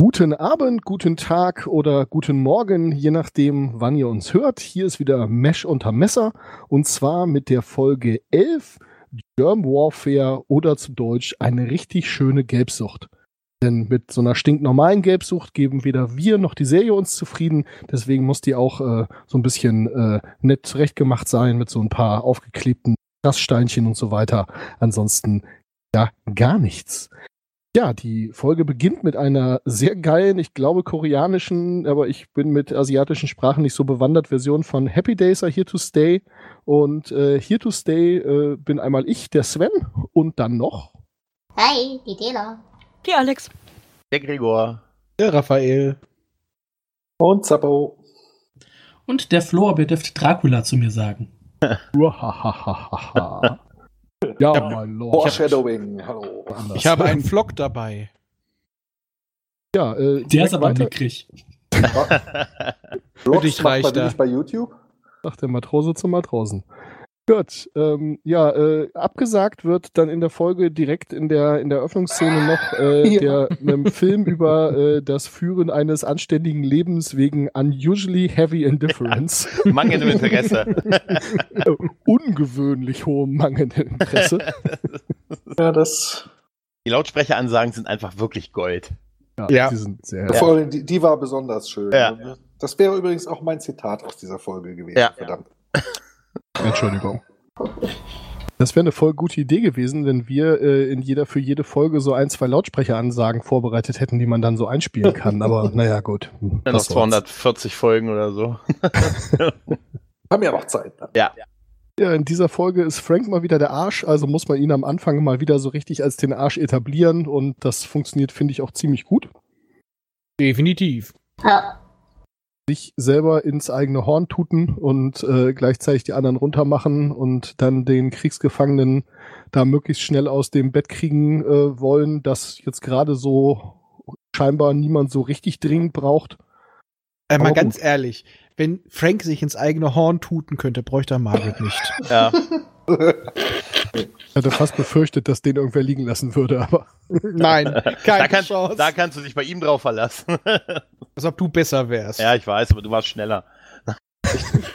Guten Abend, guten Tag oder guten Morgen, je nachdem, wann ihr uns hört. Hier ist wieder Mesh unter Messer und zwar mit der Folge 11 Germ Warfare oder zu Deutsch eine richtig schöne Gelbsucht. Denn mit so einer stinknormalen Gelbsucht geben weder wir noch die Serie uns zufrieden. Deswegen muss die auch äh, so ein bisschen äh, nett zurechtgemacht sein mit so ein paar aufgeklebten Raststeinchen und so weiter. Ansonsten ja gar nichts. Ja, die Folge beginnt mit einer sehr geilen, ich glaube koreanischen, aber ich bin mit asiatischen Sprachen nicht so bewandert, Version von Happy Days are here to stay. Und äh, here to stay äh, bin einmal ich, der Sven, und dann noch. Hi, die Dela. Die Alex. Der Gregor. Der Raphael. Und Zappo. Und der Florbeer dürfte Dracula zu mir sagen. ja, mein Lord. Foreshadowing, hallo. Anders. Ich habe einen Vlog dabei. ja, äh, Der direkt ist aber weiter, mickrig. Für Blogs dich macht man reicht er. wirklich bei YouTube? sagt der Matrose zum Matrosen. Gut, ähm, ja, äh, abgesagt wird dann in der Folge direkt in der, in der Öffnungsszene noch äh, der einem Film über äh, das Führen eines anständigen Lebens wegen unusually heavy indifference, Mangelndem Interesse. ungewöhnlich hohem mangelndem Interesse. Ja, das. Die Lautsprecheransagen sind einfach wirklich Gold. Ja. Die sind sehr. Vor allem, die, die war besonders schön. Ja. Das wäre übrigens auch mein Zitat aus dieser Folge gewesen. Ja. Verdammt. Entschuldigung. Das wäre eine voll gute Idee gewesen, wenn wir äh, in jeder für jede Folge so ein, zwei Lautsprecheransagen vorbereitet hätten, die man dann so einspielen kann. Aber naja, gut. Hm, Dann noch was soll's. 240 Folgen oder so. Haben ja noch Zeit. Ja, in dieser Folge ist Frank mal wieder der Arsch, also muss man ihn am Anfang mal wieder so richtig als den Arsch etablieren und das funktioniert, finde ich, auch ziemlich gut. Definitiv. Ja. Sich selber ins eigene Horn tuten und äh, gleichzeitig die anderen runtermachen und dann den Kriegsgefangenen da möglichst schnell aus dem Bett kriegen äh, wollen, das jetzt gerade so scheinbar niemand so richtig dringend braucht. Äh, mal Aber ganz ehrlich, wenn Frank sich ins eigene Horn tuten könnte, bräuchte er Margaret nicht. Ja. Ich hatte fast befürchtet, dass den irgendwer liegen lassen würde, aber Nein, Da, keine kann, Chance. da kannst du dich bei ihm drauf verlassen. Als ob du besser wärst. ja, ich weiß, aber du warst schneller.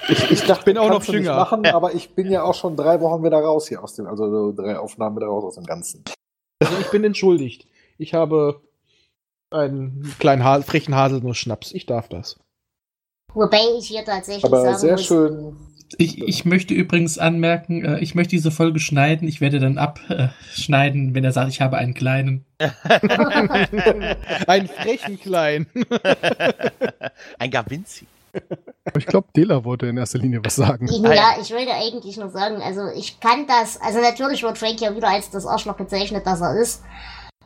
Ich, ich dachte, Bin auch kannst noch du nicht jünger. machen, aber ich bin ja auch schon drei Wochen wieder raus hier aus dem, also so drei Aufnahmen wieder raus aus dem Ganzen. Also ich bin entschuldigt. Ich habe einen kleinen ha frechen Haselnuss-Schnaps. Ich darf das. Wobei ich hier tatsächlich Aber sagen sehr muss, schön. Ich, ich möchte übrigens anmerken, äh, ich möchte diese Folge schneiden. Ich werde dann abschneiden, wenn er sagt, ich habe einen kleinen. Einen frechen kleinen. Ein Gawinzi. ich glaube, Dela wollte in erster Linie was sagen. Ich, Ah, ja. ja, ich wollte eigentlich nur sagen, also ich kann das, also natürlich wird Frank ja wieder als das Arschloch bezeichnet, das er ist.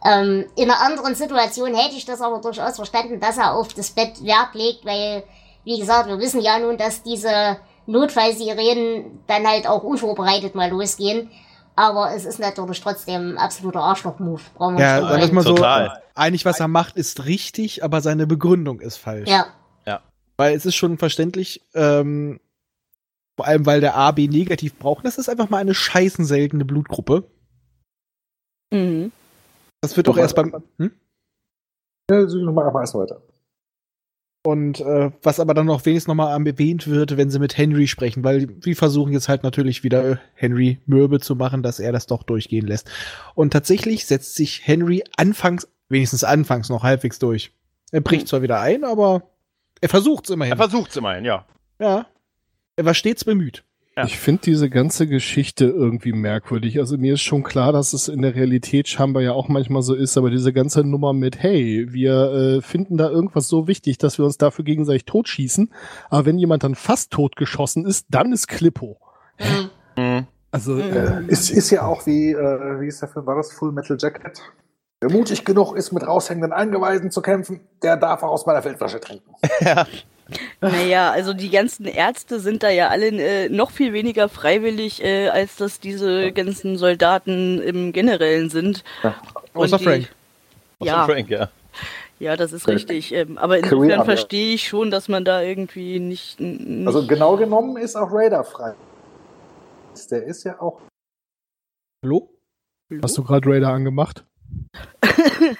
Ähm, in einer anderen Situation hätte ich das aber durchaus verstanden, dass er auf das Bett Wert legt, weil, wie gesagt, wir wissen ja nun, dass diese Notfallsirenen dann halt auch unvorbereitet mal losgehen. Aber es ist natürlich trotzdem ein absoluter Arschloch-Move. Brauchen wir Ja, nicht sagen wir es drüber mal so. Total. Eigentlich, was er macht, ist richtig, aber seine Begründung ist reden. falsch. Ja, Weil es ist schon verständlich, ähm, vor allem weil der AB negativ braucht. Das ist einfach mal eine scheißen seltene Blutgruppe. Mhm. Das wird doch erst beim. Hm? Ja, such noch mal, aber erst mal weiter. Und äh, was aber dann noch wenigstens nochmal erwähnt wird, wenn sie mit Henry sprechen, weil sie versuchen jetzt halt natürlich wieder äh, Henry mürbe zu machen, dass er das doch durchgehen lässt. Und tatsächlich setzt sich Henry anfangs, wenigstens anfangs noch halbwegs durch. Er bricht zwar wieder ein, aber er versucht's immerhin. Er versucht's immerhin, ja. ja. Er war stets bemüht. Ja. Ich finde diese ganze Geschichte irgendwie merkwürdig. Also mir ist schon klar, dass es in der Realität scheinbar ja auch manchmal so ist, aber diese ganze Nummer mit, hey, wir äh, finden da irgendwas so wichtig, dass wir uns dafür gegenseitig totschießen, aber wenn jemand dann fast totgeschossen ist, dann ist Klippo. Mhm. Mhm. Also äh, Äh, ist, ist ja auch wie, äh, wie ist der Film, war das Full Metal Jacket? Wer Hm. mutig genug ist, mit raushängenden Eingeweiden zu kämpfen, der darf auch aus meiner Feldflasche trinken. Ja. Naja, also die ganzen Ärzte sind da ja alle äh, noch viel weniger freiwillig, äh, als das diese ganzen Soldaten im Generellen sind. Und Außer die- Frank. Außer Ja. Frank, ja. Ja, das ist Frank. richtig. Ähm, aber Career insofern Unfair. verstehe ich schon, dass man da irgendwie nicht. n- nicht Also genau genommen ist auch Raider frei. Der ist ja auch Hallo? Hast du gerade Raider angemacht?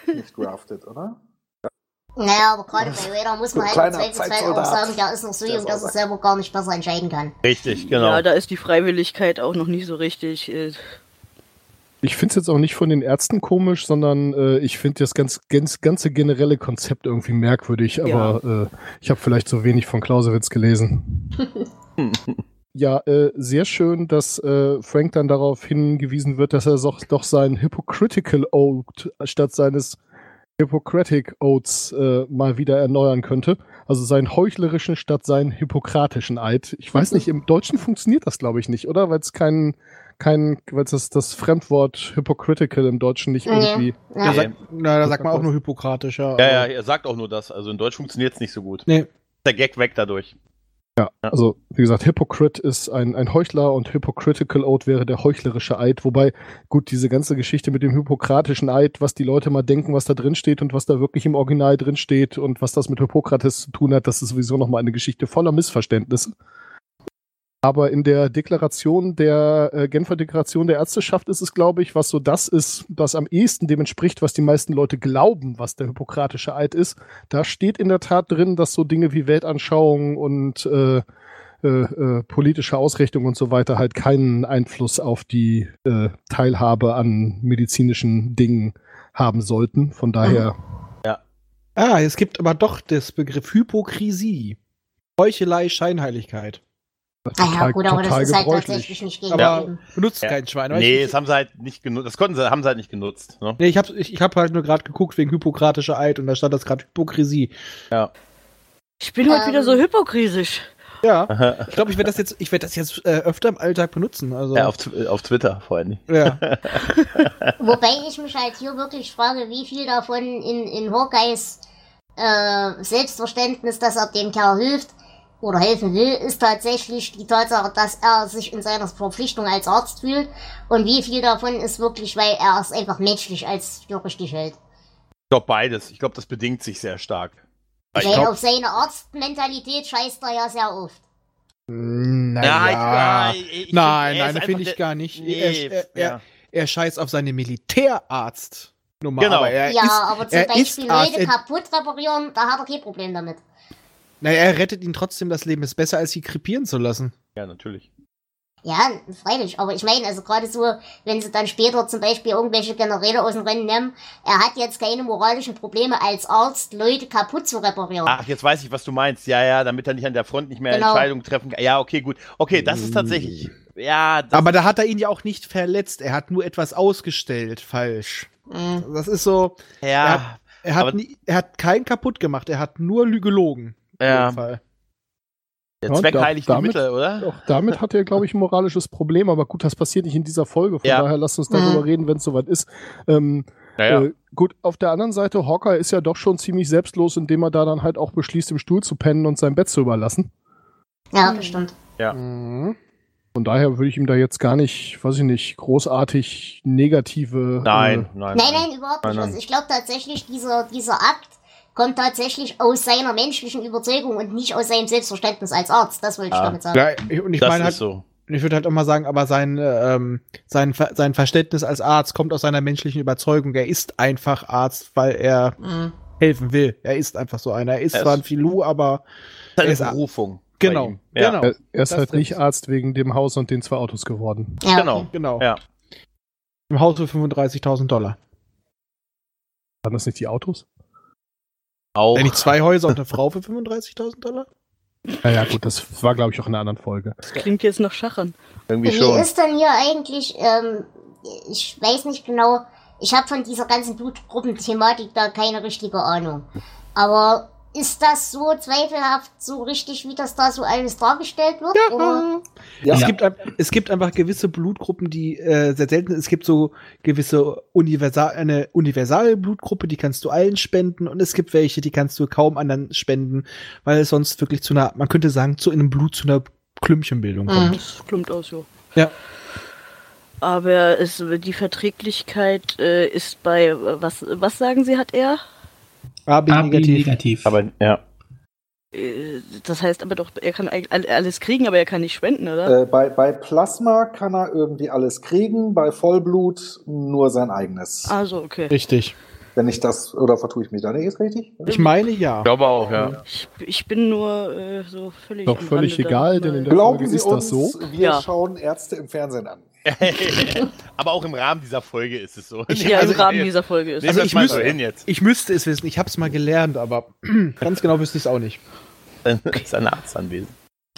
nicht grafted, oder? Naja, aber gerade bei Raider muss man Ein halt im kleiner Zweifelsfall auch Zeitsoldat. sagen, der ist noch so Der jung, ist dass auch er selber gar nicht besser entscheiden kann. Ah Richtig, genau. Ja, da ist die Freiwilligkeit auch noch nicht so richtig. Äh, Ich finde es jetzt auch nicht von den Ärzten komisch, sondern äh, ich finde das ganz, ganz, ganze generelle Konzept irgendwie merkwürdig, aber äh, ich habe vielleicht zu wenig von Clausewitz gelesen. ja, äh, sehr schön, dass äh, Frank dann darauf hingewiesen wird, dass er doch, doch seinen Hypocritical Oath statt seines Hippocratic Oaths äh, mal wieder erneuern könnte. Also seinen heuchlerischen statt seinen hippokratischen Eid. Ich weiß nicht, im Deutschen funktioniert das, glaube ich, nicht, oder? Weil es keinen kein, weil das, das Fremdwort hypocritical im Deutschen nicht Nee. irgendwie. Ja. Ja, sag, na, da sagt man auch nur äh. hippokratischer. ja, ja, er sagt auch nur das. Also in Deutsch funktioniert es nicht so gut. Nee. Der Gag weg dadurch. Also, wie gesagt, Hypocrite ist ein, ein Heuchler und Hypocritical Oath wäre der heuchlerische Eid. Wobei, gut, diese ganze Geschichte mit dem hypokratischen Eid, was die Leute mal denken, was da drin steht und was da wirklich im Original drin steht und was das mit Hippokrates zu tun hat, das ist sowieso nochmal eine Geschichte voller Missverständnisse. Aber in der Deklaration der äh, Genfer Deklaration der Ärzteschaft ist es, glaube ich, was so das ist, das am ehesten dem entspricht, was die meisten Leute glauben, was der hippokratische Eid ist. Da steht in der Tat drin, dass so Dinge wie Weltanschauung und äh, äh, äh, politische Ausrichtung und so weiter halt keinen Einfluss auf die äh, Teilhabe an medizinischen Dingen haben sollten. Von daher, Ah, es gibt aber doch das Begriff Hypokrisie. Heuchelei, Scheinheiligkeit. Naja, total- gut, aber das total ist halt gebräuchlich. tatsächlich nicht Aber- gegeben. Benutzt Ja. kein Schwein. aber nee, ich, das haben sie halt nicht genutzt. Das konnten sie, haben sie halt nicht genutzt. Ne? nee, ich habe ich, ich hab halt nur gerade geguckt wegen hypokratischer Eid und da stand das gerade Hypokrisie. ich bin heute Ähm. wieder so hypokrisisch. Ja, ich glaube, ich werde das jetzt, ich werd das jetzt äh, öfter im Alltag benutzen. Also, Ja, auf, Tw- auf Twitter vor allem. ja. Wobei ich mich halt hier wirklich frage, wie viel davon in, in Hawkeyes äh, Selbstverständnis, dass er dem Kerl hilft oder helfen will, ist tatsächlich die Tatsache, dass er sich in seiner Verpflichtung als Arzt fühlt und wie viel davon ist wirklich, weil er es einfach menschlich als für richtig hält. Ich glaube beides. Ich glaube, das bedingt sich sehr stark. Ich Weil glaub, auf seine Arztmentalität scheißt er ja sehr oft. Naja. Ja, ich- ich- ich- nein, er ist nein, das einfach finde ich der- gar nicht. Nee, er, er, ja. er, er scheißt auf seine Militärarzt. Nummer. Genau. Aber er ja, ist, aber zum er Beispiel ist Arzt, Leute er, kaputt reparieren, da hat er kein Problem damit. naja, er rettet ihn trotzdem das Leben. Ist besser, als sie krepieren zu lassen. ja, natürlich. Ja, freilich, aber ich meine, also gerade so, wenn sie dann später zum Beispiel irgendwelche Generäle aus dem Rennen nehmen, er hat jetzt keine moralischen Probleme als Arzt, Leute kaputt zu reparieren. Ach, jetzt weiß ich, was du meinst. Ja, ja, damit er nicht an der Front nicht mehr Genau. Entscheidungen treffen kann. Ja, okay, gut. Okay, das ist tatsächlich. Ja, das, Aber da hat er ihn ja auch nicht verletzt. Er hat nur etwas ausgestellt. Falsch. Mhm. Das ist so. ja, Er hat, Aber- nie, er hat keinen kaputt gemacht. Er hat nur lü- gelogen. ja, in dem Fall. der Ja, Zweck da- heiligt die damit- Mittel, oder? auch damit hat er, glaube ich, ein moralisches Problem. Aber gut, das passiert nicht in dieser Folge. Von Ja. daher lasst uns darüber Mhm. reden, wenn es soweit ist. Ähm, Naja. Äh, gut, auf der anderen Seite, Hawker ist ja doch schon ziemlich selbstlos, indem er da dann halt auch beschließt, im Stuhl zu pennen und sein Bett zu überlassen. Ja, bestimmt. Ja. Mhm. Von daher würde ich ihm da jetzt gar nicht, weiß ich nicht, großartig negative. äh, Nein, Ah, nein, Nein, nein, überhaupt nicht. Nein, nein. Also ich glaube tatsächlich, dieser, dieser Akt kommt tatsächlich aus seiner menschlichen Überzeugung und nicht aus seinem Selbstverständnis als Arzt. Das wollte ich Ah. damit sagen. Ja, ich- und ich das meine ist halt, so. Und ich würde halt auch mal sagen, aber sein, äh, ähm, sein, Ver sein Verständnis als Arzt kommt aus seiner menschlichen Überzeugung. Er ist einfach Arzt, weil er Mhm. helfen will. Er ist einfach so einer. Er ist Er zwar ist- ein Filou, aber Das ist ist a- eine Berufung. bei genau, ihm. Ja. genau, Er, er ist Das halt trifft. nicht Arzt wegen dem Haus und den zwei Autos geworden. Ja, Genau. genau. Ja. Im Haus für 35.000 Dollar. Waren das nicht die Autos? Auch. Eigentlich zwei Häuser und eine Frau für 35.000 Dollar? Ja, ja, gut, das war, glaube ich, auch in einer anderen Folge. Das klingt jetzt nach Schachern. Irgendwie Wie schon. ist denn hier eigentlich, ähm, ich weiß nicht genau, ich habe von dieser ganzen Blutgruppenthematik da keine richtige Ahnung. Aber ist das so zweifelhaft so richtig, wie das da so alles dargestellt wird? Oder? Ja. Es, Ja. gibt, ein- es gibt einfach gewisse Blutgruppen, die äh, sehr selten sind. Es gibt so gewisse universal, eine universale Blutgruppe, die kannst du allen spenden und es gibt welche, die kannst du kaum anderen spenden, weil es sonst wirklich zu einer, man könnte sagen, zu einem Blut zu einer Klümpchenbildung kommt. Das klumpt aus, ja. Ja. Aber es, die Verträglichkeit äh, ist bei, äh, was, was sagen Sie, hat er? AB AB negativ. negativ. Aber ja. Äh, Das heißt aber doch, er kann eigentlich all- alles kriegen, aber er kann nicht spenden, oder? Äh, bei, bei Plasma kann er irgendwie alles kriegen, bei Vollblut nur sein eigenes. Also, okay. Richtig. Wenn ich das, oder vertue ich mich da nicht, ist richtig? Ich meine ja. Ich glaube auch, ja. Ich, ich bin nur äh, so völlig. Doch am völlig Rande äh, da egal, denn in mal- der- Glauben Folge Sie ist das uns, so? wir Ja. schauen Ärzte im Fernsehen an. Aber auch im Rahmen dieser Folge ist es so. äh, ja, im Rahmen dieser Folge ist. Nehmen Also wir es ich mal müsste- so hin jetzt. Ich müsste es wissen, ich habe es mal gelernt, aber ganz genau wüsste ich es auch nicht. Dann ist ein Arzt anwesend.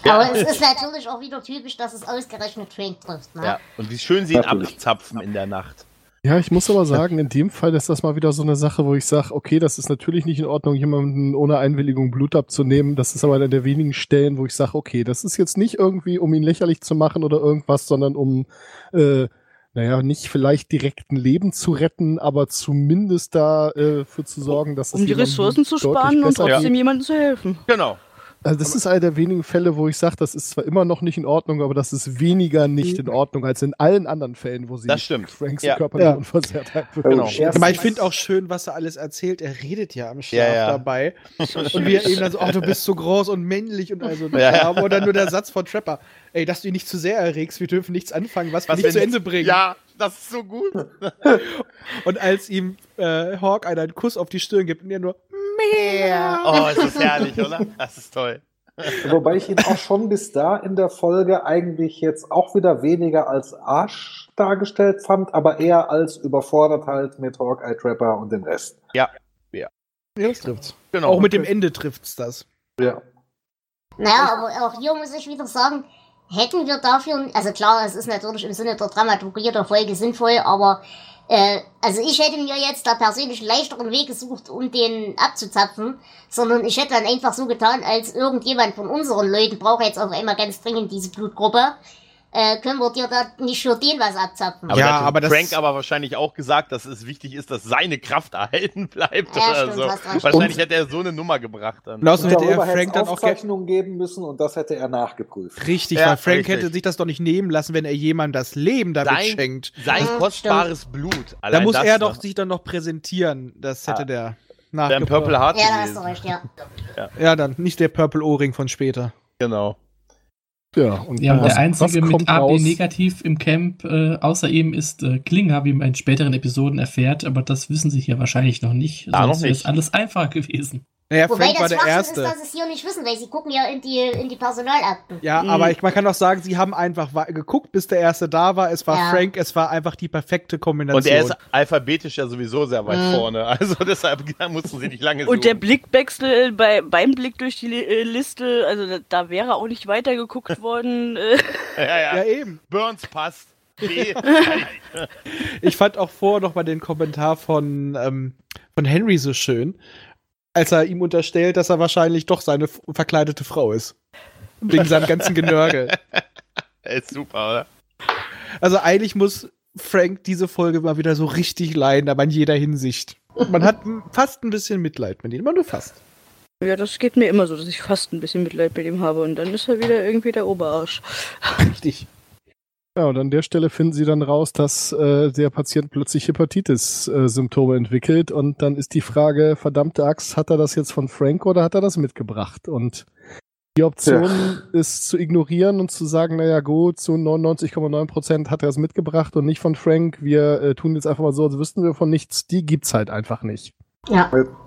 Aber es ist natürlich auch wieder typisch, dass es ausgerechnet Frank trifft. Ne? Ja. Und wie schön sie ihn Natürlich. abzapfen in der Nacht. Ja, ich muss aber sagen, in dem Fall ist das mal wieder so eine Sache, wo ich sage, okay, das ist natürlich nicht in Ordnung, jemanden ohne Einwilligung Blut abzunehmen. Das ist aber einer der wenigen Stellen, wo ich sage, okay, das ist jetzt nicht irgendwie, um ihn lächerlich zu machen oder irgendwas, sondern um, äh, naja, nicht vielleicht direkt ein Leben zu retten, aber zumindest dafür äh, für zu sorgen, dass es Um die jemandem Ressourcen zu deutlich sparen und besser trotzdem geht. jemandem zu helfen. Genau. Also das ist einer der wenigen Fälle, wo ich sage, das ist zwar immer noch nicht in Ordnung, aber das ist weniger nicht in Ordnung als in allen anderen Fällen, wo sie Mhm. Das stimmt. Franks Ja. körperliche Ja. Oh, Unversehrtheit Genau. Scherz- Aber ich finde auch schön, was er alles erzählt. Er redet ja am Schlaf Ja, ja. dabei. Und wir eben dann so, ach, du bist so groß und männlich und also Ja, ja. oder nur der Satz von Trapper, ey, dass du ihn nicht zu sehr erregst, wir dürfen nichts anfangen, was wir Was nicht zu wir- Ende bringen. Ja, das ist so gut. Und als ihm äh, Hawk einer einen Kuss auf die Stirn gibt und er nur mehr. Oh, ist das herrlich, oder? Das ist toll. Wobei ich ihn auch schon bis da in der Folge eigentlich jetzt auch wieder weniger als Arsch dargestellt fand, aber eher als überfordert halt mit Hawkeye Trapper und dem Rest. Ja, das trifft's. Genau. Auch mit dem Ende trifft's das. Ja. Naja, aber auch hier muss ich wieder sagen, hätten wir dafür, also klar, es ist natürlich im Sinne der Dramaturgie der Folge sinnvoll, aber äh, also ich hätte mir jetzt da persönlich einen leichteren Weg gesucht, um den abzuzapfen, sondern ich hätte dann einfach so getan, als irgendjemand von unseren Leuten braucht jetzt auf einmal ganz dringend diese Blutgruppe. Äh, können wir dir da nicht für den was abzapfen? Aber Ja, da hat aber das- Frank aber wahrscheinlich auch gesagt, dass es wichtig ist, dass seine Kraft erhalten bleibt Ja, oder stimmt, so. hast recht. Wahrscheinlich hätte er so eine Nummer gebracht Und dann. außerdem hätte er darüber hätte Frank es dann auch ge- Aufzeichnungen geben müssen und das hätte er nachgeprüft. Richtig, Ja, weil Frank richtig. hätte sich das doch nicht nehmen lassen, wenn er jemandem das Leben damit Dein- schenkt. Sein Ja, kostbares Blut. Da Allein muss das ne? er noch. doch sich dann noch Ah. präsentieren. Das hätte Ja. der Wäre ein nachgeprüft. Purple Heart Ja, da hast du gewesen. recht, ja. Ja, dann nicht der Purple Ohrring von später. Genau. Ja, und Ja, und was- der einzige was mit kommt AB raus? negativ im Camp äh, außer ihm ist äh, Klinger, wie man in späteren Episoden erfährt, aber das wissen sie hier wahrscheinlich noch nicht. Ja, noch wäre nicht. es alles einfach gewesen. Naja, Wobei Frank das war der Schwachsinn ist, Erste. dass es hier nicht wissen, weil sie gucken ja in die, in die Personalakten. Ja, Mhm. aber ich, man kann auch sagen, sie haben einfach wa- geguckt, bis der Erste da war. Es war Ja. Frank, es war einfach die perfekte Kombination. Und er ist alphabetisch ja sowieso sehr weit Mhm. vorne. Also deshalb mussten sie nicht lange suchen. Und der Blickwechsel bei, beim Blick durch die Li- äh, Liste, also da, da wäre auch nicht weitergeguckt worden. äh, ja, ja. ja, eben. Burns passt. B. Ich fand auch vorher noch mal den Kommentar von, ähm, von Henry so schön, als er ihm unterstellt, dass er wahrscheinlich doch seine f- verkleidete Frau ist. Wegen seinem ganzen Genörgel. ist super, oder? Also eigentlich muss Frank diese Folge mal wieder so richtig leiden, aber in jeder Hinsicht. Man hat m- fast ein bisschen Mitleid mit ihm, aber nur fast. ja, das geht mir immer so, dass ich fast ein bisschen Mitleid mit ihm habe und dann ist er wieder irgendwie der Oberarsch. Richtig. Ja, und an der Stelle finden sie dann raus, dass äh, der Patient plötzlich Hepatitis-Symptome entwickelt. Und dann ist die Frage, verdammte Axt, hat er das jetzt von Frank oder hat er das mitgebracht? Und die Option ist zu ignorieren und zu sagen, naja gut, zu 99,9 Prozent hat er es mitgebracht und nicht von Frank. Wir äh, tun jetzt einfach mal so, als wüssten wir von nichts. Die gibt's halt einfach nicht.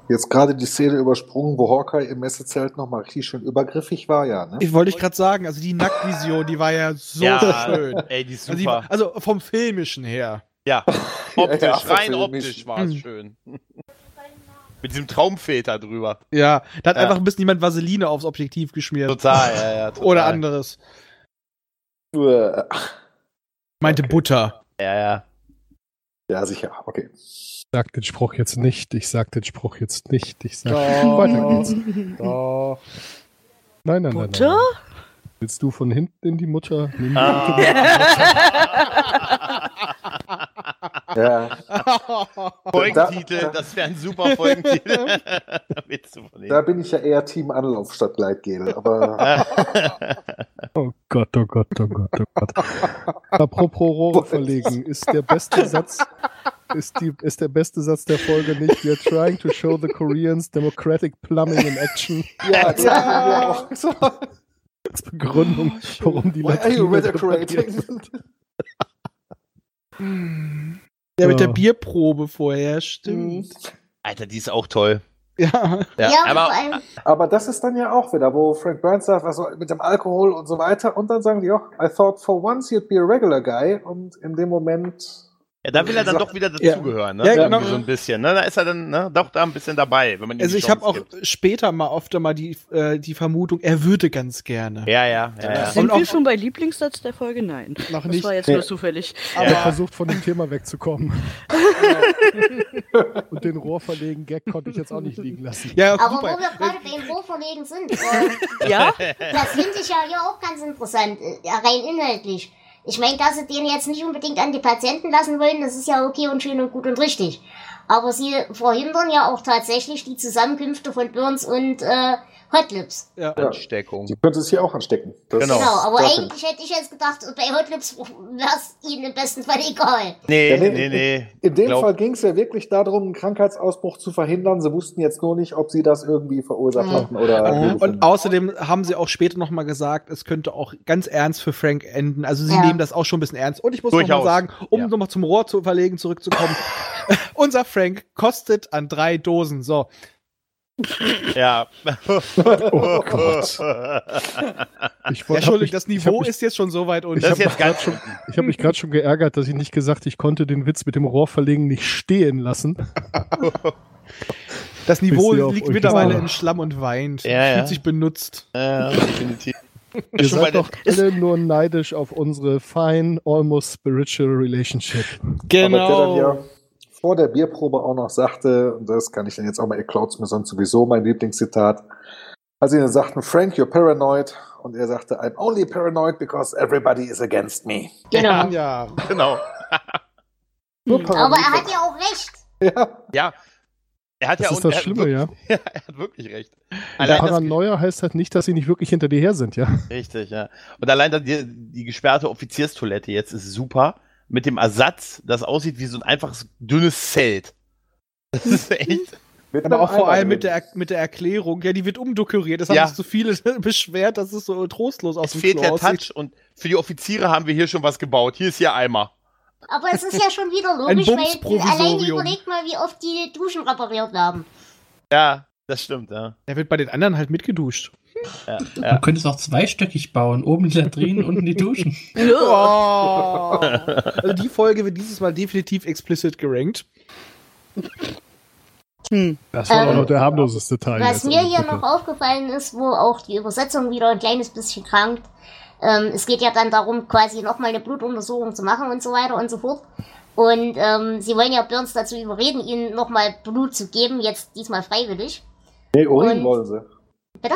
Jetzt gerade die Szene übersprungen, wo Hawkeye im Messezelt nochmal richtig schön übergriffig war, ja, ne? Ich wollte ich gerade sagen, also die Nacktvision, die war ja so Ja. schön. Ey, die ist Also, die, war- super. also vom filmischen her. Ja. Optisch, Ja, ja, rein verfilmischen. optisch war es Mhm. schön. Mit diesem Traumfilter drüber. Ja, da hat Ja. einfach ein bisschen jemand Vaseline aufs Objektiv geschmiert. Total, ja, ja. Total. Oder anderes. Uah. Meinte Butter. Ja, ja. Ja, sicher. Okay. Sag den Spruch jetzt nicht, ich sag den Spruch jetzt nicht, ich sag. Oh. Weiter Doch, geht's. doch. Nein, nein, nein, nein. Mutter? nein. Willst du von hinten in die Mutter? Nee, Ah. Ja. Folgentitel, das wäre ein super Folgentitel. Willst du von Da denen? bin ich ja eher Team Anlauf statt Gleitgel. Aber Oh Gott, oh Gott, oh Gott, oh Gott. Apropos Rohre verlegen, ist der beste Satz, ist, die, ist der beste Satz der Folge nicht, we are trying to show the Koreans democratic plumbing in action ja, das ja. Ist ja auch. als Oh, Begründung, warum die Why are you Latrine redecorating? Ja, mit Ja. der Bierprobe vorher, Mhm. stimmt. Alter, die ist auch toll. Ja. Ja, aber vor aber allem, Aber das ist dann ja auch wieder, wo Frank Burns sagt, was soll- mit dem Alkohol und so weiter. Und dann sagen die auch, I thought for once you'd be a regular guy. Und in dem Moment, ja, da will er dann doch wieder dazugehören, ne? Ja, Irgendwie genau. So ein bisschen, ne? Da ist er dann ne? doch da ein bisschen dabei, wenn man ihm Also die ich habe Chance auch gibt. später mal oft mal die, äh, die Vermutung, er würde ganz gerne. Ja, ja, ja. ja. Sind Und auch- wir schon bei Lieblingssatz der Folge? Nein. Noch Das nicht. war jetzt Nee. nur zufällig. Er versucht von dem Thema wegzukommen. Und den Rohrverlegen Gag konnte ich jetzt auch nicht liegen lassen. Ja, aber super. wo wir gerade beim Rohverlegen sind, äh, Ja? das finde ich ja hier auch ganz interessant, äh, ja, rein inhaltlich. Ich meine, dass sie den jetzt nicht unbedingt an die Patienten lassen wollen, das ist ja okay und schön und gut und richtig. Aber sie verhindern ja auch tatsächlich die Zusammenkünfte von Burns und äh, Hot Lips. Ja. Ansteckung. die könnte es hier auch anstecken. Das Genau. Genau, aber das- eigentlich hätte ich jetzt gedacht, bei Hot Lips wäre es ihnen im besten Fall egal. Nee, Ja, nee, nee, nee. In dem Glaub- Fall ging es ja wirklich darum, einen Krankheitsausbruch zu verhindern. Sie wussten jetzt nur nicht, ob sie das irgendwie verursacht Mhm. hatten oder. Ja. böse Und finden. außerdem haben sie auch später nochmal gesagt, es könnte auch ganz ernst für Frank enden. Also sie Ja. nehmen das auch schon ein bisschen ernst. Und ich muss nochmal Durchaus. sagen, um Ja. nochmal zum Rohr zu verlegen zurückzukommen, unser Frank kostet an drei Dosen. So, Ja. Oh Gott. Ich wollte- Entschuldigung, hab das Niveau mich- ist jetzt schon so weit unten. Das ist jetzt ganz schön. Ich habe mich gerade schon geärgert, dass ich nicht gesagt, ich konnte den Witz mit dem Rohrverlegen nicht stehen lassen. Das Niveau Wisst ihr auch, liegt euch mittlerweile ist- in Schlamm und weint. Ja, ja. Fühlt sich benutzt. Ja, definitiv. Ihr Schon bei seid der- doch alle nur neidisch auf unsere fine, almost spiritual relationship. genau. Aber der dann ja vor der Bierprobe auch noch sagte, und das kann ich dann jetzt auch mal, ihr klaut's mir sonst sowieso mein Lieblingszitat. Als sie dann sagten, Frank, you're paranoid. Und er sagte, I'm only paranoid because everybody is against me. Genau. ja. Genau. Nur paranoid. Aber er hat ja auch recht. Ja. Er hat Das ja ist und- das er hat Schlimme, ja. wirklich- ja. Er hat wirklich recht. Allein das Paranoia heißt halt nicht, dass sie nicht wirklich hinter dir her sind, ja. Richtig, ja. Und allein dann die, die gesperrte Offizierstoilette jetzt ist super. Mit dem Ersatz, das aussieht wie so ein einfaches, dünnes Zelt. Das ist echt. Mit Aber einem auch vor Eimer allem mit drin. der, mit der Erklärung, ja, die wird umdekoriert. Das Ja. haben sich so viele beschwert, dass es so trostlos aus Es dem fehlt Klo der aussieht. Touch und für die Offiziere haben wir hier schon was gebaut. Hier ist ihr Eimer. Aber es ist ja schon wieder Ein logisch, weil alleine Bumsprovisorium. überlegt mal, wie oft die Duschen repariert werden. Ja, das stimmt, ja. Der wird bei den anderen halt mitgeduscht. ja, Man ja. könnte es auch zweistöckig bauen. Oben die Latrinen, unten die Duschen. Oh. also die Folge wird dieses Mal definitiv explicit gerankt. Hm. Das war war doch Ähm, doch noch noch Äh, der harmloseste Teil. Was mir hier noch aufgefallen ist, wo auch die Übersetzung wieder ein kleines bisschen krankt. Ähm, es geht ja dann darum, quasi nochmal eine Blutuntersuchung zu machen und so weiter und so fort. Und ähm, sie wollen ja Burns dazu überreden, ihnen nochmal Blut zu geben, jetzt diesmal freiwillig. Nee, Urin Und- wollen sie. Bitte?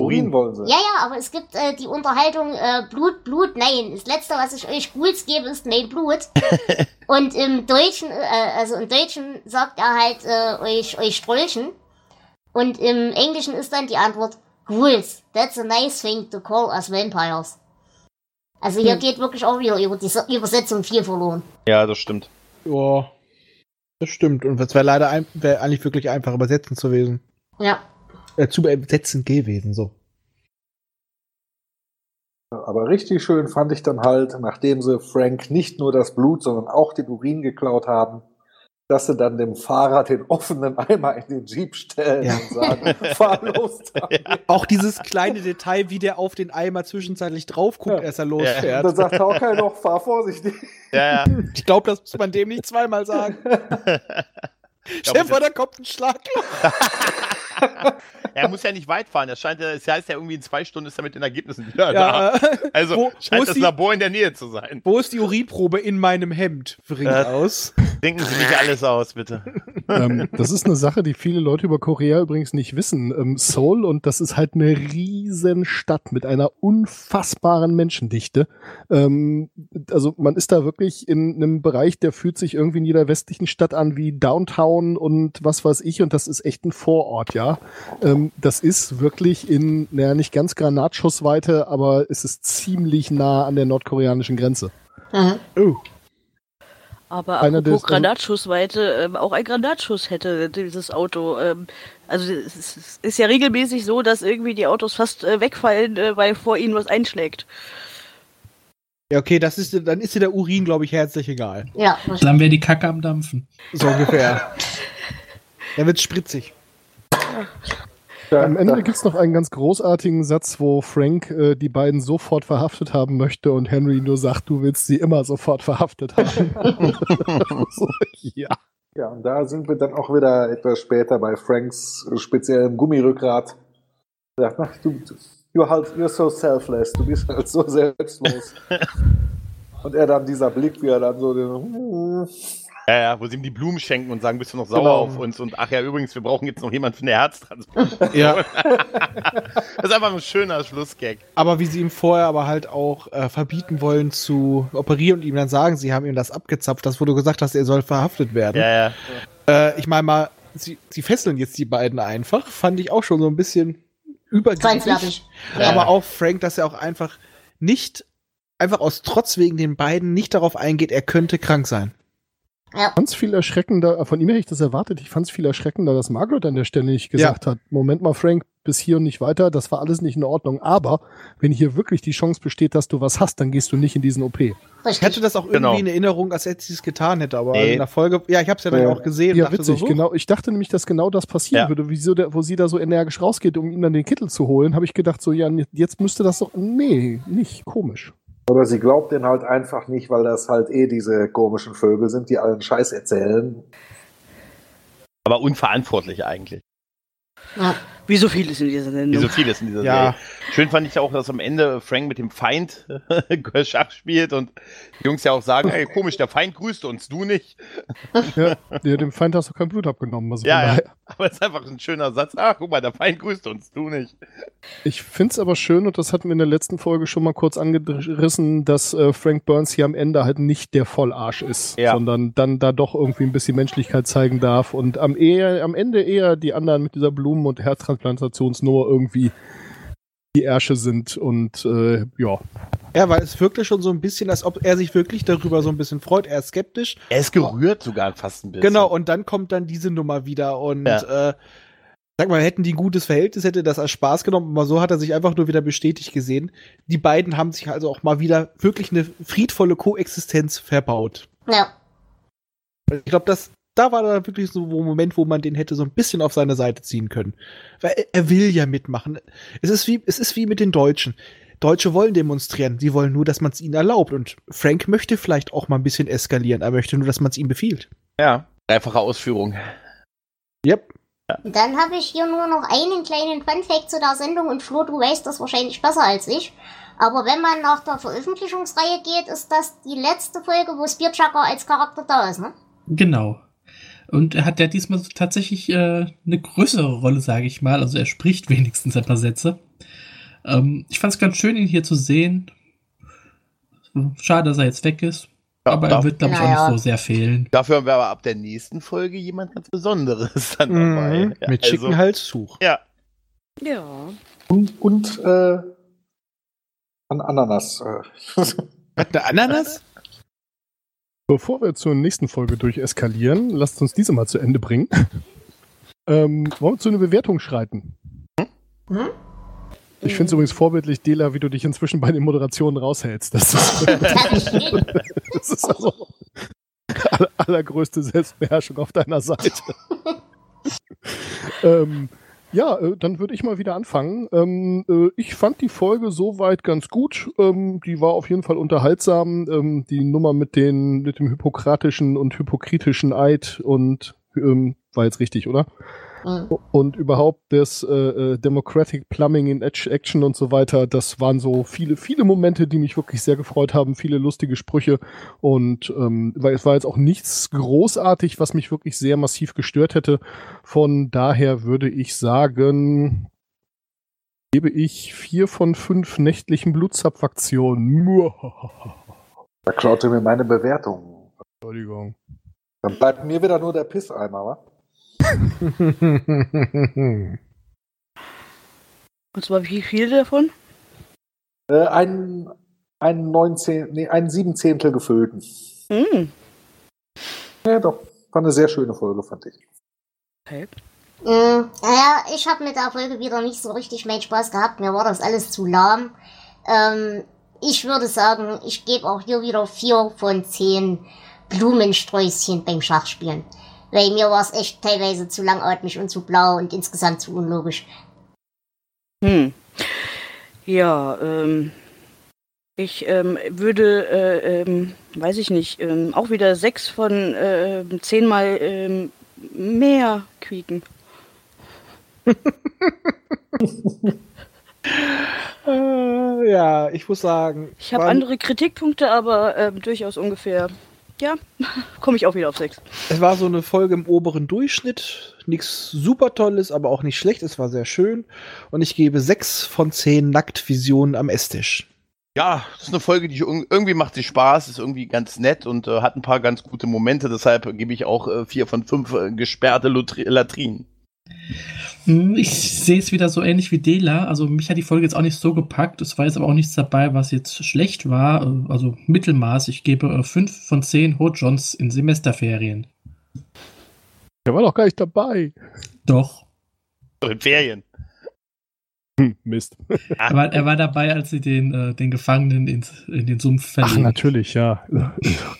Urin wollen sie. Ja, ja, aber es gibt äh, die Unterhaltung äh, Blut, Blut, nein. Das letzte, was ich euch Ghouls gebe, ist nein, Blut. und im Deutschen, äh, also im Deutschen sagt er halt äh, euch, euch Strolchen. Und im Englischen ist dann die Antwort Ghouls. That's a nice thing to call us vampires. Also hier geht wirklich auch wieder über die So- Übersetzung viel verloren. ja, das stimmt. Ja. Das stimmt. Und das wäre leider ein, wär eigentlich wirklich einfach übersetzen zu gewesen. Ja. Äh, zu übersetzen gewesen, so. Aber richtig schön fand ich dann halt, nachdem sie Frank nicht nur das Blut, sondern auch den Urin geklaut haben, dass sie dann dem Fahrer den offenen Eimer in den Jeep stellen Ja. und sagen, fahr los damit. Auch dieses kleine Detail, wie der auf den Eimer zwischenzeitlich drauf guckt, Ja. als er Und losfährt. dann sagt Hawkeye noch, fahr vorsichtig. Ja, ja. Ich glaube, das muss man dem nicht zweimal sagen. glaub, Stefan, da kommt ein Schlag. Er muss ja nicht weit fahren. Das scheint, ja- es heißt ja irgendwie in zwei Stunden ist er mit den Ergebnissen wieder da. Ja, äh, Also wo- wo scheint ist das die- Labor in der Nähe zu sein. wo ist die Urinprobe in meinem Hemd? Bringt Äh. aus. Denken Sie nicht alles aus, bitte. ähm, das ist eine Sache, die viele Leute über Korea übrigens nicht wissen. Ähm, Seoul, und das ist halt eine riesen Stadt mit einer unfassbaren Menschendichte. Ähm, also man ist da wirklich in einem Bereich, der fühlt sich irgendwie in jeder westlichen Stadt an wie Downtown und was weiß ich. Und das ist echt ein Vorort, ja. Ähm, das ist wirklich in, naja, nicht ganz Granatschussweite, aber es ist ziemlich nah an der nordkoreanischen Grenze. Mhm. Oh. Aber Einer, der apropos ist dann- Granatschussweite, ähm, auch ein Granatschuss hätte dieses Auto. Ähm, also es ist, es ist ja regelmäßig so, dass irgendwie die Autos fast äh, wegfallen, äh, weil vor ihnen was einschlägt. Ja, okay, das ist, dann ist dir der Urin, glaube ich, herzlich egal. Ja, Dann wäre die Kacke am Dampfen. So ungefähr. Dann wird's spritzig. Am Ende gibt's noch einen ganz großartigen Satz, wo Frank äh, die beiden sofort verhaftet haben möchte und Henry nur sagt, du willst sie immer sofort verhaftet haben. so, ja. Ja, und da sind wir dann auch wieder etwas später bei Franks speziellem Gummirückgrat. Er sagt, ach, du, du you're, halt, you're so selfless, du bist halt so selbstlos. und er dann dieser Blick, wie er dann so den, "Hm." Ja, ja, wo sie ihm die Blumen schenken und sagen, bist du noch sauer Genau. auf uns? Und ach ja, übrigens, wir brauchen jetzt noch jemanden von der Herztransplantation. Ja. Das ist einfach ein schöner Schlussgag. Aber wie sie ihm vorher aber halt auch äh, verbieten wollen zu operieren und ihm dann sagen, sie haben ihm das abgezapft, das wo du gesagt hast, er soll verhaftet werden. Ja, ja. Äh, ich meine mal, sie, sie fesseln jetzt die beiden einfach. Fand ich auch schon so ein bisschen übergriffig. grenzwertig. Ja. Aber auch Frank, dass er auch einfach nicht, einfach aus Trotz wegen den beiden nicht darauf eingeht, er könnte krank sein. Ja. Fand's viel erschreckender, äh, von ihm hätte ich das erwartet, ich fand's viel erschreckender, dass Margaret an der Stelle nicht gesagt hat, Moment mal Frank, bis hier und nicht weiter, das war alles nicht in Ordnung, aber wenn hier wirklich die Chance besteht, dass du was hast, dann gehst du nicht in diesen OP. Ich hatte Richtig. das auch irgendwie Genau. in Erinnerung, als hätte sie es getan hätte, aber Nee. in der Folge, ja, ich habe es ja dann Ja. auch gesehen. und Ja, dachte witzig, so, huh. genau. Ich dachte nämlich, dass genau das passieren Ja. würde, wieso der, wo sie da so energisch rausgeht, um ihm dann den Kittel zu holen, habe ich gedacht, so, ja, jetzt müsste das doch, nee, nicht, komisch. Oder sie glaubt den halt einfach nicht, weil das halt eh diese komischen Vögel sind, die allen Scheiß erzählen. Aber unverantwortlich eigentlich. Ja. Wie so vieles in dieser Wie Sendung. so vieles in dieser Ja. Serie. Schön fand ich ja auch, dass am Ende Frank mit dem Feind Schach spielt und die Jungs ja auch sagen, hey, komisch, der Feind grüßt uns, du nicht. Ja, ja, dem Feind hast du kein Blut abgenommen. Also Ja, von ja. Genau. daher- Aber es ist einfach ein schöner Satz. Ach, guck mal, der Feind grüßt uns, du nicht. Ich finde es aber schön, und das hatten wir in der letzten Folge schon mal kurz angerissen, dass äh, Frank Burns hier am Ende halt nicht der Vollarsch ist, Ja. sondern dann da doch irgendwie ein bisschen Menschlichkeit zeigen darf und am, eher, am Ende eher die anderen mit dieser Blumen- und Herztransplantationsnummer irgendwie die Ärsche sind und äh, ja. Ja, weil es wirkte schon so ein bisschen, als ob er sich wirklich darüber so ein bisschen freut. Er ist skeptisch. Er ist gerührt sogar fast ein bisschen. Genau, und dann kommt dann diese Nummer wieder und äh, sag mal, hätten die ein gutes Verhältnis, hätte das als Spaß genommen, aber so hat er sich einfach nur wieder bestätigt gesehen. Die beiden haben sich also auch mal wieder wirklich eine friedvolle Koexistenz verbaut. Ja. Ich glaube, das da war dann wirklich so ein Moment, wo man den hätte so ein bisschen auf seine Seite ziehen können. Weil er- er will ja mitmachen. Es ist wie, es ist wie mit den Deutschen. Deutsche wollen demonstrieren, sie wollen nur, dass man es ihnen erlaubt. Und Frank möchte vielleicht auch mal ein bisschen eskalieren, er möchte nur, dass man es ihm befiehlt. Ja, dreifache Ausführung. Yep. Und Dann habe ich hier nur noch einen kleinen Funfact zu der Sendung und Flo, du weißt das wahrscheinlich besser als ich. Aber wenn man nach der Veröffentlichungsreihe geht, ist das die letzte Folge, wo Spearchucker als Charakter da ist, ne? Genau. Und er hat ja diesmal tatsächlich äh, eine größere Rolle, sage ich mal. Also er spricht wenigstens ein paar Sätze. Ähm, ich fand es ganz schön, ihn hier zu sehen. Schade, dass er jetzt weg ist. Ja, aber da- er wird, glaube ich, Naja. auch nicht so sehr fehlen. Dafür haben wir aber ab der nächsten Folge jemand ganz Besonderes dann Mhm. dabei. Ja, also, Mit schicken Halstuch. Ja, Ja. Und, und äh, an Ananas. äh. Eine Ananas? Bevor wir zur nächsten Folge durcheskalieren, lasst uns diese mal zu Ende bringen. ähm, wollen wir zu einer Bewertung schreiten? Mhm. Ich finde es übrigens vorbildlich, Dela, wie du dich inzwischen bei den Moderationen raushältst. Das ist, das ist also aller, allergrößte Selbstbeherrschung auf deiner Seite. ähm, ja, äh, dann würde ich mal wieder anfangen. Ähm, äh, ich fand die Folge soweit ganz gut. Ähm, die war auf jeden Fall unterhaltsam. Ähm, die Nummer mit, den, mit dem hypokratischen und hypokritischen Eid und ähm, war jetzt richtig, oder? Mhm. und überhaupt das äh, äh, Democratic Plumbing in Ac- Action und so weiter, das waren so viele, viele Momente, die mich wirklich sehr gefreut haben, viele lustige Sprüche und ähm, weil es war jetzt auch nichts großartig, was mich wirklich sehr massiv gestört hätte. Von daher würde ich sagen, gebe ich vier von fünf nächtlichen Blutzapfaktionen. Muahaha. Da klaute mir meine Bewertung. Entschuldigung. Dann bleibt mir wieder nur der Pisseimer, wa? Und zwar wie viel davon? Äh, ein, ein 19, nee, ein Siebenzehntel gefüllten. Hm. Ja, doch. War eine sehr schöne Folge, fand ich. Mm, naja, ich habe mit der Folge wieder nicht so richtig meinen Spaß gehabt. Mir war das alles zu lahm. Ähm, ich würde sagen, ich gebe auch hier wieder vier von zehn Blumensträußchen beim Schachspielen. Weil mir war es echt teilweise zu langatmig und zu blau und insgesamt zu unlogisch. Hm. Ja, ähm, ich ähm, würde, äh, ähm, weiß ich nicht, ähm, auch wieder sechs von ähm, zehnmal ähm, mehr quieken. Äh, ja, ich muss sagen. Ich habe war- andere Kritikpunkte, aber ähm, durchaus ungefähr. Ja, komme ich auch wieder auf sechs. Es war so eine Folge im oberen Durchschnitt. Nichts super Tolles, aber auch nicht schlecht. Es war sehr schön. Und ich gebe sechs von zehn Nacktvisionen am Esstisch. Ja, das ist eine Folge, die ich irg- irgendwie macht sie Spaß, ist irgendwie ganz nett und äh, hat ein paar ganz gute Momente. Deshalb gebe ich auch äh, vier von fünf äh, gesperrte Lutri Latrinen. Hm, Ich sehe es wieder so ähnlich wie Dela. Also mich hat die Folge jetzt auch nicht so gepackt. Es war jetzt aber auch nichts dabei, was jetzt schlecht war. Äh, Also Mittelmaß. Ich gebe 5 von 10 Ho Johns in Semesterferien. Der war doch gar nicht dabei. Doch. So in Ferien. Hm, Mist. Aber er war dabei, als sie den, äh, den Gefangenen ins, in den Sumpf Ach, verlegen. natürlich, ja. Oh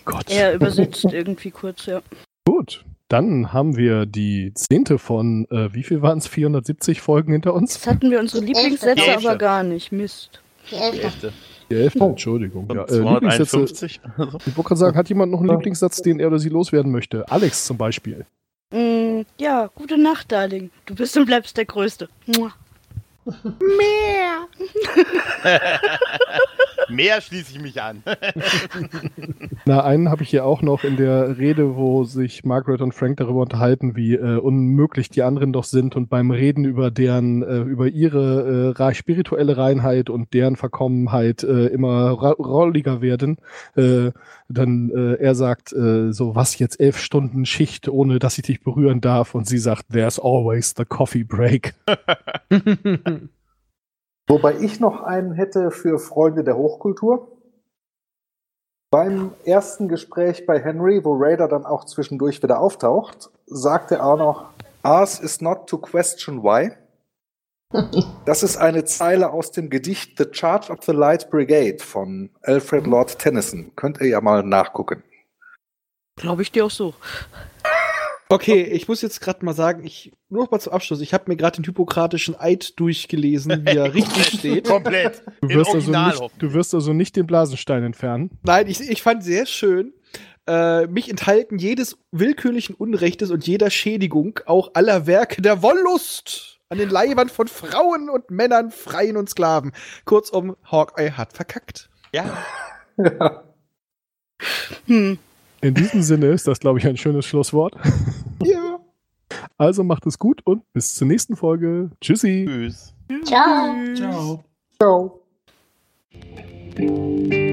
Gott. Er übersetzt irgendwie kurz, ja. Gut, dann haben wir die zehnte von, äh, wie viel waren es? 470 Folgen hinter uns? Jetzt hatten wir unsere Lieblingssätze Elfte. aber gar nicht. Mist. Die Elfte. Die elfte, Entschuldigung. Ja, äh, Lieblingssätze, ich wollte gerade sagen, hat jemand noch einen Lieblingssatz, den er oder sie loswerden möchte? Alex zum Beispiel. Mm, ja, gute Nacht, Darling. Du bist und bleibst der Größte. Mua. Mehr. Mehr schließe ich mich an. Na, einen habe ich hier auch noch in der Rede, wo sich Margaret und Frank darüber unterhalten, wie äh, unmöglich die anderen doch sind und beim Reden über deren, äh, über ihre äh, ra- spirituelle Reinheit und deren Verkommenheit äh, immer ra- rolliger werden. Äh, dann äh, er sagt äh, so, was jetzt elf Stunden Schicht, ohne dass ich dich berühren darf, und sie sagt, there's always the coffee break. Wobei ich noch einen hätte für Freunde der Hochkultur. Beim ersten Gespräch bei Henry, wo Raider dann auch zwischendurch wieder auftaucht, sagt er auch noch, Ours is not to question why. Das ist eine Zeile aus dem Gedicht The Charge of the Light Brigade von Alfred Lord Tennyson. Könnt ihr ja mal nachgucken. Glaube ich dir auch so. Okay, ich muss jetzt gerade mal sagen, ich nur noch mal zum Abschluss. Ich habe mir gerade den Hippokratischen Eid durchgelesen, wie er richtig steht. Komplett. Du In wirst, also Original nicht, du wirst also nicht den Blasenstein entfernen. Nein, ich, ich fand sehr schön. Äh, mich enthalten jedes willkürlichen Unrechtes und jeder Schädigung, auch aller Werke der Wollust an den Leibern von Frauen und Männern, Freien und Sklaven. Kurzum, Hawkeye hat verkackt. Ja. Hm. In diesem Sinne ist das, glaube ich, ein schönes Schlusswort. Ja. Also macht es gut und bis zur nächsten Folge. Tschüssi. Tschüss. Ciao. Ciao. Ciao.